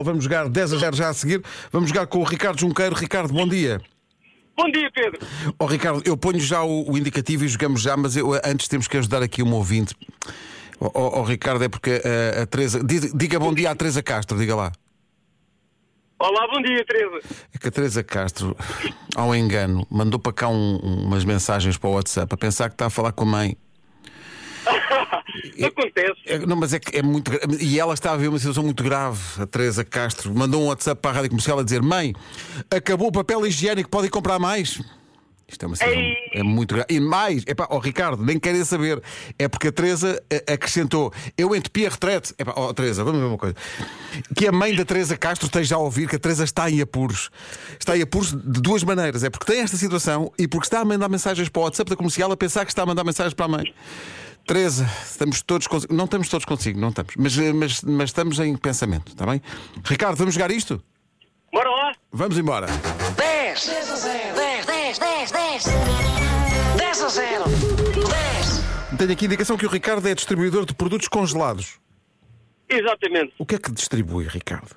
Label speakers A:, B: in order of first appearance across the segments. A: Vamos jogar 10 a 0 já a seguir. Vamos jogar com o Ricardo Junqueiro. Ricardo, bom dia.
B: Bom dia, Pedro.
A: Ó Ricardo, eu ponho já o, o indicativo e jogamos já, mas eu, eh, antes temos que ajudar aqui um ouvinte. Ó ó, ó, Ricardo, é porque eh, a Teresa. di- Diga bom dia à Teresa Castro, diga lá.
B: Olá, bom dia, Teresa.
A: É que a Teresa Castro, ao engano, mandou para cá um- umas mensagens para o WhatsApp a pensar que está a falar com a mãe.
B: Acontece.
A: É, não, mas é que é muito. gra- E ela está a ver uma situação muito grave. A Teresa Castro mandou um WhatsApp para a rádio comercial a dizer: Mãe, acabou o papel higiênico, pode ir comprar mais. Isto é uma situação.
B: Ei.
A: É muito grave. E mais, é pá, ó Ricardo, nem querem saber. É porque a Teresa eh, acrescentou: Eu entupi a retrete. É pá, ó Teresa, vamos ver uma coisa. Que a mãe da Teresa Castro esteja a ouvir que a Teresa está em apuros. Está em apuros de duas maneiras. É porque tem esta situação e porque está a mandar mensagens para o WhatsApp da comercial a pensar que está a mandar mensagens para a mãe. Teresa, estamos todos consigo. Não estamos todos consigo, não estamos. Mas, eh, mas, mas estamos em pensamento, está bem? Ricardo, vamos jogar isto?
B: Bora lá.
A: Vamos embora.
C: 10 10 a 0 10 10 10 10 10 a 0 10
A: Tenho aqui a indicação que o Ricardo é distribuidor de produtos congelados.
B: Exatamente.
A: O que é que distribui, Ricardo?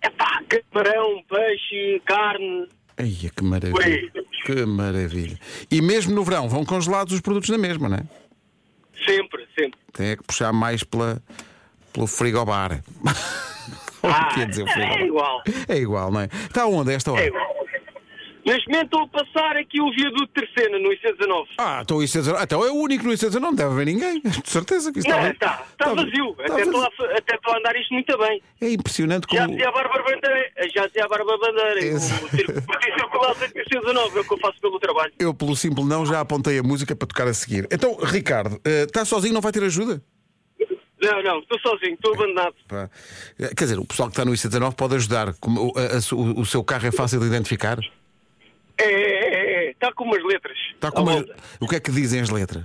B: Epá, camarão, peixe, carne.
A: Ai, é que maravilha.
B: Ui.
A: Que maravilha. E mesmo no verão vão congelados os produtos na mesma, não é?
B: Sempre, sempre.
A: Tem é que puxar mais pela, pelo frigobar. o que é dizer o frigobar?
B: é igual.
A: É igual, não é? Está onde a esta hora?
B: É igual. Neste momento estou a passar aqui o viaduto Terceira, no IC19.
A: Ah, então o IC19. Então é o único no IC19, não deve haver ninguém. De certeza que isso
B: Não,
A: está,
B: está,
A: Tá
B: está vazio.
A: está
B: Até estou a, fa- até estou a andar isto muito bem.
A: É impressionante
B: Já um-
A: como.
B: dizia a Bárbara Bandeira. Já dizia a Bárbara Bandeira. O
A: Exato.
B: circuito circular do IC19 é o que eu faço pelo trabalho.
A: Eu, pelo simples não, já apontei a música para tocar a seguir. Então, Ricardo, eh, está sozinho, não vai ter ajuda?
B: Não, não, estou sozinho, estou abandonado.
A: Pá. Eh, Quer dizer, o pessoal que está no IC19 pode ajudar. Como o, a- a su- o seu carro é fácil de identificar?
B: É, é, é, é. Está com umas letras. Tá
A: Está com
B: À
A: uma-
B: volta.
A: O que é que dizem as letras?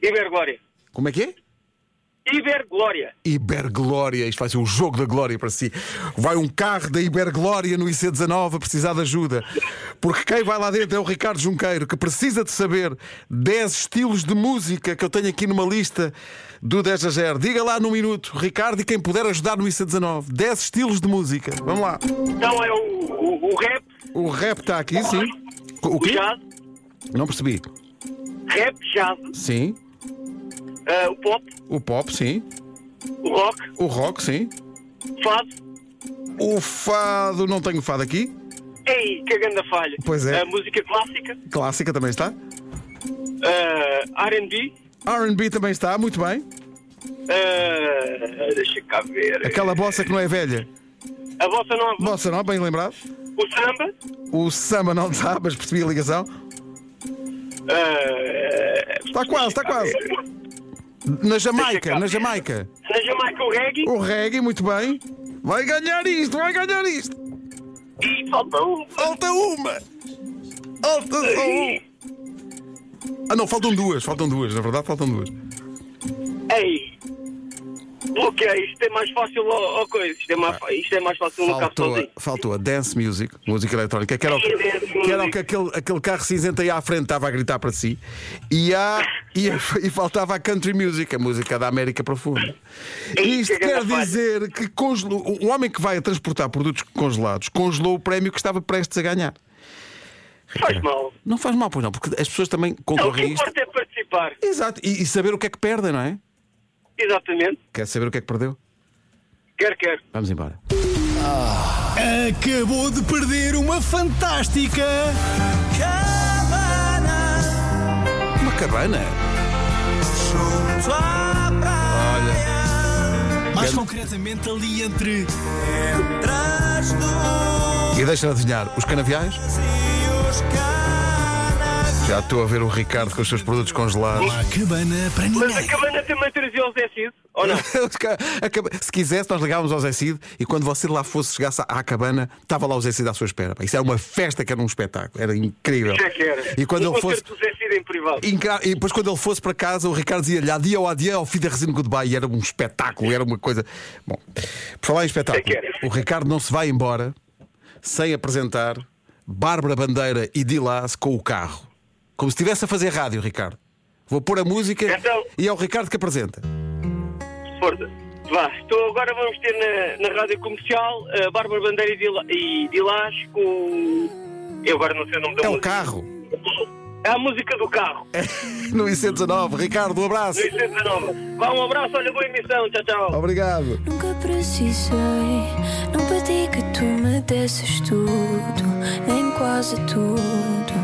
B: Iberglória.
A: Como é que é?
B: Iberglória.
A: Iberglória, isto vai ser o jogo da glória para si. Vai um carro da Iberglória no IC19 a precisar de ajuda. Porque quem vai lá dentro é o Ricardo Junqueiro, que precisa de saber 10 estilos de música que eu tenho aqui numa lista do 10 a 0. Diga lá num minuto, Ricardo, e quem puder ajudar no IC19, 10 estilos de música. Vamos lá.
B: Então é o, o, o rap,
A: O rap está aqui, sim. O
B: o
A: quê?
B: jazz,
A: Não percebi.
B: rap, jazz,
A: Sim.
B: ah, o pop,
A: O pop, sim.
B: o rock,
A: O rock, sim.
B: fado.
A: O fado, não tenho fado aqui.
B: Ei, que grande falha.
A: Pois é.
B: A música clássica,
A: Clássica também está.
B: ah, R&B,
A: RB também está, muito bem.
B: ah, deixa cá ver.
A: Aquela bossa que não é velha.
B: A bossa nova,
A: Bossa não, bem lembrado.
B: o samba,
A: O samba não está, mas percebi a ligação.
B: ah,
A: Está quase, está quase. Na Jamaica, na Jamaica.
B: na Jamaica o reggae
A: O reggae, muito bem. Vai ganhar isto, vai ganhar isto.
B: e falta um.
A: Falta uma. Falta só um. Ah, não, faltam duas, faltam duas, na verdade, faltam duas.
B: Ei, bloqueio, isto é mais fácil ao, ao coisa, isto é mais, fa- isto é mais fácil no carro
A: Ah, Faltou a,
B: sozinho. é assim,
A: faltou a dance music, música eletrónica, que era o que, que era o que aquele, aquele carro cinzento aí à frente estava a gritar para si, e, há, e, e faltava a country music, a música da América Profunda. E isto
B: que grande
A: quer
B: falha.
A: dizer que congelou, o homem que vai a transportar produtos congelados congelou o prémio que estava prestes a ganhar.
B: Faz mal.
A: Não faz mal, pois não, porque as pessoas também
B: Não, o que
A: concorrem a isto.
B: importa é participar.
A: Exato, e, e saber o que é que perdem, não é?
B: Exatamente.
A: Quer saber o que é que perdeu?
B: Quer, quer.
A: Vamos embora.
D: Acabou de perder uma fantástica cabana
A: Uma cabana.
D: junto à praia. Mais
A: Quero-
D: concretamente ali entre entre as nuvens
A: E deixa-me adivinhar, os canaviais?
D: e os canas.
A: Já estou a ver o Ricardo com os seus produtos congelados.
D: Uma cabana para
B: Mas a
D: ninguém.
B: cabana também trazia o Zé Cid, ou não?
A: Os ca- a cab- Se quisesse, nós ligávamos ao Zé Cid e quando você lá fosse, chegasse à- à cabana, estava lá o Zé Cid à sua espera. Pá, Isso era uma festa que era um espetáculo, era incrível.
B: Já que era.
A: E quando
B: um
A: ele fosse.
B: concerto do Zé Cid em privado.
A: Incra- E depois, quando ele fosse para casa, o Ricardo dizia-lhe adia ou adia ao fim da resina goodbye. E era um espetáculo, era uma coisa. Bom, por falar em espetáculo,
B: É que era.
A: o Ricardo não se vai embora sem apresentar Bárbara Bandeira e Dilás com o carro. Como se estivesse a fazer rádio, Ricardo. Vou pôr a música
B: Então-
A: e é o Ricardo que apresenta.
B: Força. Vá, estou agora vamos ter na, na rádio comercial a Bárbara Bandeira e Dila- e Dilas com. Eu agora não sei o nome da
A: É o É-
B: música.
A: carro.
B: É a música do carro.
A: No IC19. Ricardo, um abraço.
B: 219. Vá, um abraço, olha, boa emissão. Tchau, tchau.
A: Obrigado.
E: Nunca precisei, não pedi que tu me desses tudo, nem quase tudo.